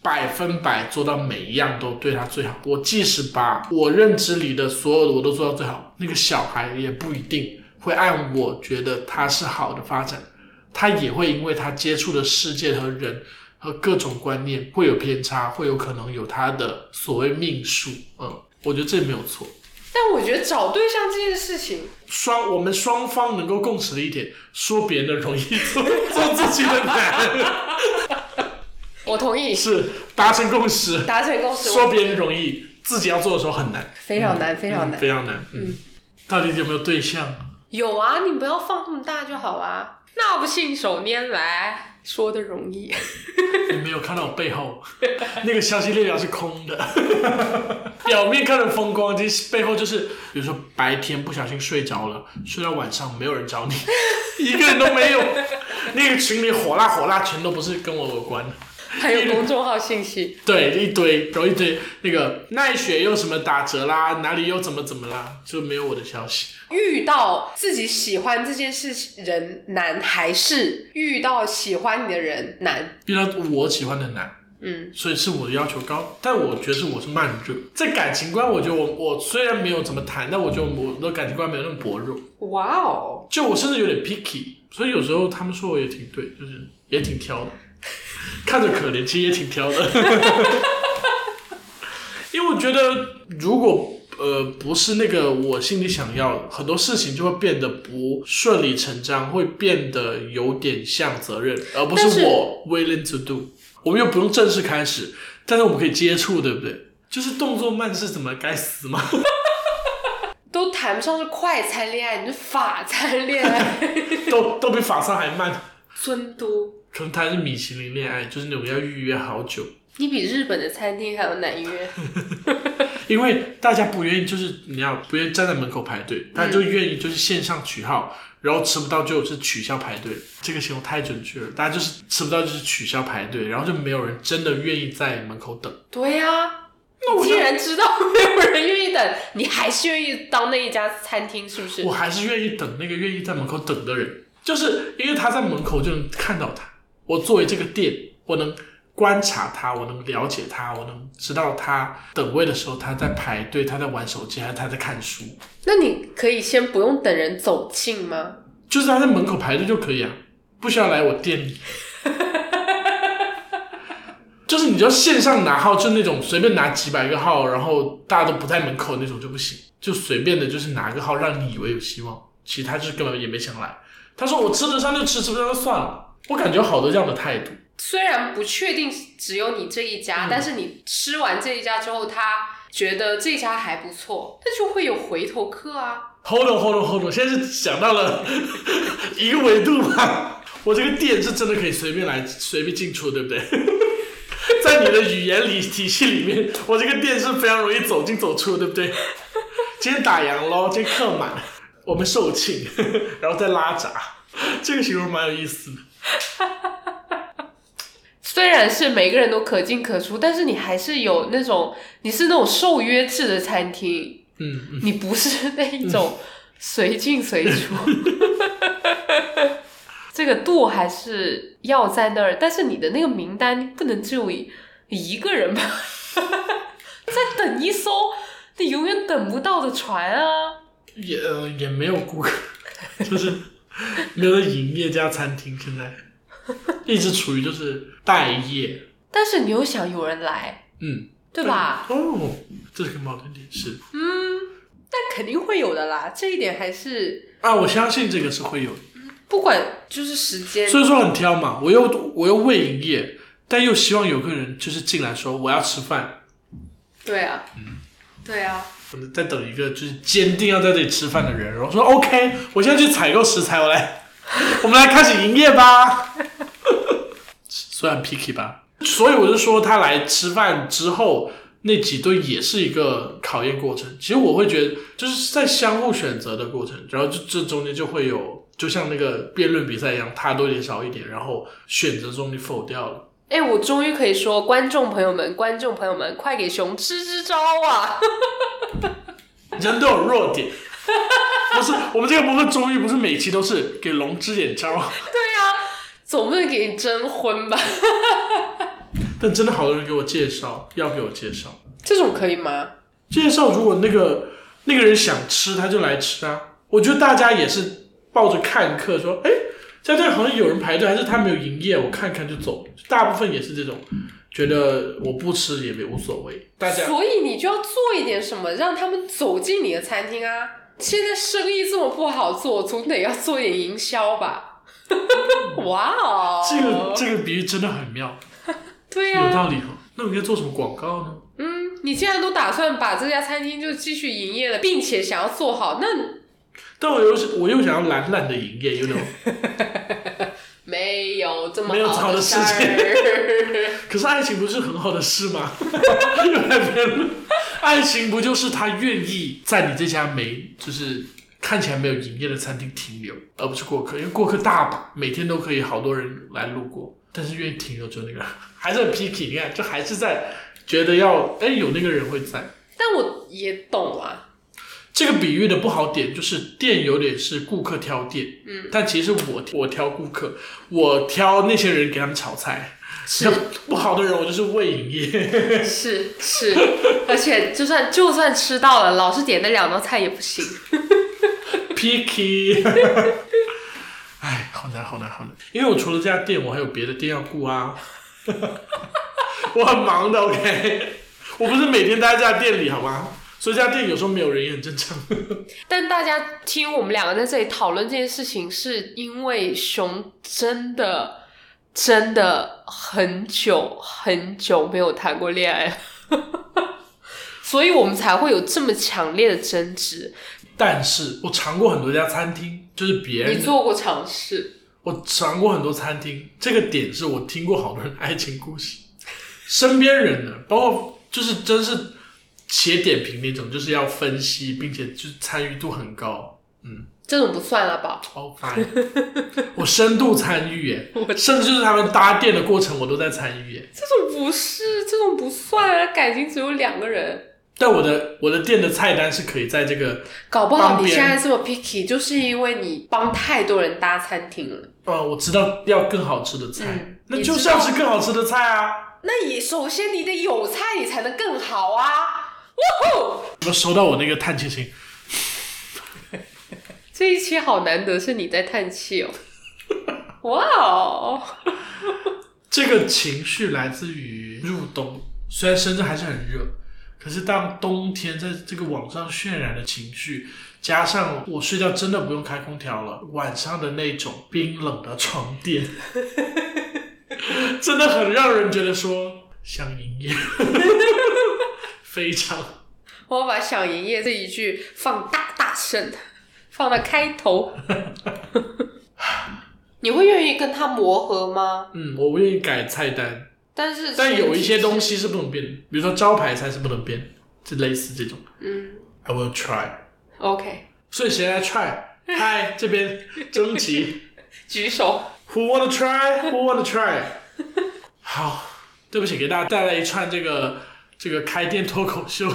Speaker 1: 百分百做到每一样都对他最好。我即使把我认知里的所有的我都做到最好，那个小孩也不一定会按我觉得他是好的发展，他也会因为他接触的世界和人和各种观念会有偏差，会有可能有他的所谓命数。嗯，我觉得这没有错。
Speaker 2: 但我觉得找对象这件事情，
Speaker 1: 双我们双方能够共识的一点，说别人的容易，做做自己的难，
Speaker 2: 我同意，
Speaker 1: 是达成共识。
Speaker 2: 达成共识，
Speaker 1: 说别人容易，自己要做的时候很难，
Speaker 2: 非常难，非常
Speaker 1: 嗯
Speaker 2: 难。
Speaker 1: 非常难。嗯，到底有没有对象？
Speaker 2: 有啊，你不要放那么大就好啊。那不信手拈来，说的容易。
Speaker 1: 你没有看到我背后 那个消息列表是空的， 表面看着风光，其实背后就是，比如说白天不小心睡着了，睡到晚上没有人找你， 一个人都没有。那个群里火辣火辣，全都不是跟我有关的。
Speaker 2: 还有公众号信息，
Speaker 1: 对，一堆，然后一堆那个奈雪又什么打折啦，哪里又怎么怎么啦，就没有我的消息。
Speaker 2: 遇到自己喜欢这件事情人难，还是遇到喜欢你的人难？
Speaker 1: 遇到我喜欢的男，
Speaker 2: 嗯，
Speaker 1: 所以是我的要求高，但我觉得是我是慢热，在感情观，我觉得我我虽然没有怎么谈，但我觉得我的感情观没有那么薄弱，
Speaker 2: 哇哦，
Speaker 1: 就我甚至有点 picky，所以有时候他们说我也挺对，就是也挺挑的，看着可怜，其实也挺挑的， 因为我觉得如果呃不是那个我心里想要的，很多事情就会变得不顺理成章，会变得有点像责任，而不
Speaker 2: 但是
Speaker 1: 是我 willing to do，我们又不用正式开始，但是我们可以接触，对不对？就是动作慢是怎么该死吗？
Speaker 2: 都谈不上是快餐恋爱，你是法餐恋爱，
Speaker 1: 都都比法上还慢。
Speaker 2: 尊都，
Speaker 1: 可能他是米其林恋爱，就是那种要预约好久，
Speaker 2: 你比日本的餐厅还要难 约。
Speaker 1: 因为大家不愿意，就是你要不愿意站在门口排队，大家就愿意就是线上取号，然后吃不到就是取消排队，这个形容太准确了，大家就是吃不到就是取消排队，然后就没有人真的愿意在门口等。
Speaker 2: 对呀、那
Speaker 1: 我就
Speaker 2: 既然知道没有人愿意等，你还是愿意当那一家餐厅，是不是
Speaker 1: 我？还是愿意等那个愿意在门口等的人，就是因为他在门口就能看到他。我作为这个店，我能观察他，我能了解他，我能知道他等位的时候他在排队，他在玩手机，还是他在看书。
Speaker 2: 那你可以先不用等人走近吗？
Speaker 1: 就是他在门口排队就可以啊，不需要来我店里。 就是你就线上拿号，就那种随便拿几百个号，然后大家都不在门口那种就不行，就随便的，就是拿个号让你以为有希望，其实他就是根本也没想来。他说我吃得上就吃，吃不上就算了。我感觉有好多这样的态度，
Speaker 2: 虽然不确定只有你这一家，但是你吃完这一家之后，他觉得这家还不错，那就会有回头客啊。
Speaker 1: Hold on, hold on, hold on！现在是想到了一个维度吧。我这个店是真的可以随便来、随便进出，对不对？在你的语言里体系里面，我这个店是非常容易走进走出，对不对？今天打烊喽，今天客满，我们售罄，然后再拉闸，这个形容蛮有意思的。
Speaker 2: 虽然是每个人都可进可出，但是你还是有那种你是那种受约制的餐厅，
Speaker 1: 嗯嗯，
Speaker 2: 你不是那一种随进随出。 这个度还是要在那儿，但是你的那个名单不能只有一一个人吧？ 再等一艘你永远等不到的船啊！
Speaker 1: 也呃也没有顾客，就是没有在营业加餐厅，现在一直处于就是待业，
Speaker 2: 但是你又想有人来，
Speaker 1: 嗯，
Speaker 2: 对吧？？
Speaker 1: 哦，这是个矛盾点是
Speaker 2: 但肯定会有的啦，这一点还是
Speaker 1: 啊，我相信这个是会有的。
Speaker 2: 不管就是时间，
Speaker 1: 所以说很挑嘛，我又我又未营业，但又希望有个人就是进来说我要吃饭，
Speaker 2: 对啊，
Speaker 1: 嗯
Speaker 2: 对啊，
Speaker 1: 我在等一个就是坚定要在这里吃饭的人，然后说 OK，我现在去采购食材，我来，我们来开始营业吧。虽然 picky 吧，所以我就说他来吃饭之后那几顿也是一个考验过程。其实我会觉得就是在相互选择的过程，然后就这中间就会有，就像那个辩论比赛一样，他多一点少一点，然后选择中你否掉了。
Speaker 2: 哎，我终于可以说，观众朋友们，观众朋友们，快给熊支支招啊！
Speaker 1: 人都有弱点。不是，我们这个播客终于不是每期都是给龙支点招，
Speaker 2: 总不能给你征婚 吧？
Speaker 1: 但真的好多人给我介绍，要给我介绍，
Speaker 2: 这种可以吗？
Speaker 1: 介绍如果那个那个人想吃，他就来吃啊。我觉得大家也是抱着看客说，哎，在这好像有人排队，还是他没有营业，我看看就走。大部分也是这种，觉得我不吃也没无所谓。大家
Speaker 2: 所以你就要做一点什么，让他们走进你的餐厅啊！现在生意这么不好做，总得要做点营销 吧？哇哦，
Speaker 1: 这个这个比喻真的很妙，
Speaker 2: 对啊呀、
Speaker 1: 有道理哦。那我应该做什么广告呢？
Speaker 2: 嗯，你既然都打算把这家餐厅就继续营业了，并且想要做好，那
Speaker 1: 但我又是我又想要懒懒的营业，you know。
Speaker 2: 没有这
Speaker 1: 没有
Speaker 2: 么
Speaker 1: 这好的
Speaker 2: 的
Speaker 1: 事
Speaker 2: 事
Speaker 1: 情
Speaker 2: 儿。
Speaker 1: 可是爱情不是很好的事吗？ 又来辩论爱情不就是他愿意在你这家没就是看起来没有营业的餐厅停留，而不是过客，因为过客大把，每天都可以好多人来路过，但是愿意停留只有那个人，还是很 picky。你看，就还是在觉得要哎有那个人会在。
Speaker 2: 但我也懂啊，
Speaker 1: 这个比喻的不好点就是店有点是顾客挑店，嗯，但其实我我挑顾客，我挑那些人给他们炒菜，
Speaker 2: 是
Speaker 1: 不好的人我就是未营业。
Speaker 2: 是是，而且就算就算吃到了，老是点那两道菜也不行。
Speaker 1: picky。哎，好难，好难，好难！因为我除了这家店，我还有别的店要顾啊。 我很忙的，OK。我不是每天待在这家店里，好吗？所以这家店有时候没有人也很正常。
Speaker 2: 但大家听我们两个在这里讨论这件事情，是因为熊真的真的很久很久没有谈过恋爱了， 所以我们才会有这么强烈的争执。
Speaker 1: 但是我尝过很多家餐厅，就是别
Speaker 2: 你
Speaker 1: 人的，
Speaker 2: 做过尝试？
Speaker 1: 我尝过很多餐厅。这个点是我听过好多人爱情故事，身边人的，包括就是真是写点评那种，就是要分析，并且就是参与度很高。
Speaker 2: 这种不算了吧？
Speaker 1: 超烦，我深度参与耶，
Speaker 2: 我
Speaker 1: 甚至就是他们搭电的过程我都在参与耶。
Speaker 2: 这种不是，这种不算啊！感情只有两个人，
Speaker 1: 但我的我的店的菜单是可以在这个，
Speaker 2: 搞不
Speaker 1: 帮
Speaker 2: 好你
Speaker 1: 别
Speaker 2: 现
Speaker 1: 人
Speaker 2: 在这么 picky，就是因为你帮太多人搭餐厅了。
Speaker 1: 呃，我知道要更好吃的菜，
Speaker 2: 嗯
Speaker 1: 那
Speaker 2: 你
Speaker 1: 就是
Speaker 2: 知道
Speaker 1: 要吃更好吃的菜啊。
Speaker 2: 那也首先你得有菜，你才能更好啊！哇吼！
Speaker 1: 怎么收到我那个叹气声？
Speaker 2: 这一期好难得是你在叹气 哦。哇哦！
Speaker 1: 这个情绪来自于入冬，虽然深圳还是很热，可是当冬天在这个网上渲染的情绪，加上我睡觉真的不用开空调了，晚上的那种冰冷的床垫， 真的很让人觉得说想营业， 非常
Speaker 2: 我把“想营业”这一句放大大声，放到开头。 你会愿意跟他磨合吗？
Speaker 1: 嗯，我不愿意改菜单，
Speaker 2: 但是
Speaker 1: 但有一些东
Speaker 2: 前提
Speaker 1: 西是不能变的，比如说招牌菜是不能变的，就类似这种。
Speaker 2: 是，嗯
Speaker 1: I will try。
Speaker 2: ，OK，
Speaker 1: 所以谁来 try？嗨，这边征集。
Speaker 2: 举手。
Speaker 1: Who wanna try? Who wanna try? 好，对不起，给大家带来一串这个这个开店脱口秀。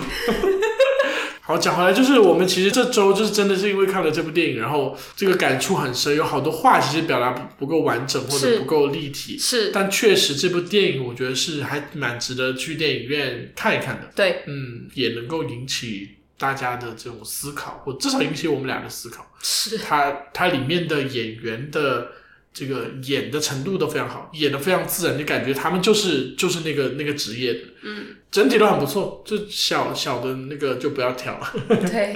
Speaker 1: 好，讲回来，就是我们其实这周就是真的是因为看了这部电影，然后这个感触很深，有好多话其实表达不不够完整或
Speaker 2: 是
Speaker 1: 者不够立体，
Speaker 2: 是
Speaker 1: 但确实这部电影我觉得是还蛮值得去电影院看一看的。
Speaker 2: 对，
Speaker 1: 嗯，也能够引起大家的这种思考，或至少引起我们俩的思考。
Speaker 2: 是
Speaker 1: 它它里面的演员的这个演的程度都非常好，演的非常自然，你感觉他们就是就是那个那个职业的，
Speaker 2: 嗯，
Speaker 1: 整体都很不错。就小小的那个就不要挑，
Speaker 2: 对，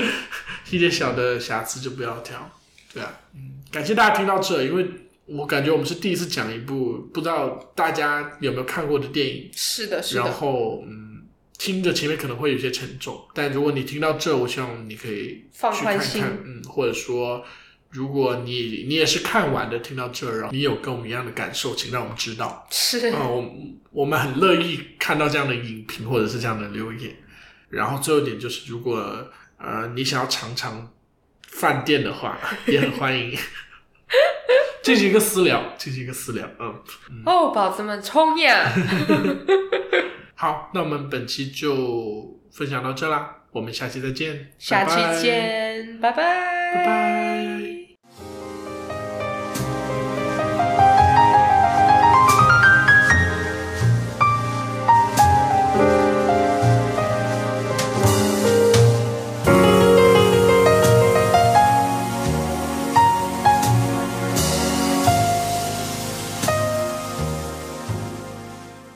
Speaker 1: 一点小的瑕疵就不要挑。对啊，嗯，感谢大家听到这，因为我感觉我们是第一次讲一部不知道大家有没有看过的电影，
Speaker 2: 是的，是
Speaker 1: 然
Speaker 2: 的，
Speaker 1: 后嗯，听着前面可能会有些沉重，但如果你听到这，我希望你可以
Speaker 2: 放
Speaker 1: 去
Speaker 2: 宽
Speaker 1: 看
Speaker 2: 心
Speaker 1: 看，嗯，或者说，如果你你也是看完的，听到这儿，然后你有跟我们一样的感受，请让我们知 道，
Speaker 2: 是
Speaker 1: 啊、我我们很乐意看到这样的影评或者是这样的留言。然后最后一点就是，如果呃你想要尝尝饭店的话，也很欢迎。 进行一个私聊，进行一个私聊，嗯。
Speaker 2: 哦，宝子们冲呀！
Speaker 1: 好，那我们本期就分享到这啦，我们下期再见，
Speaker 2: 下
Speaker 1: 拜拜
Speaker 2: 期，见，拜拜
Speaker 1: 拜拜。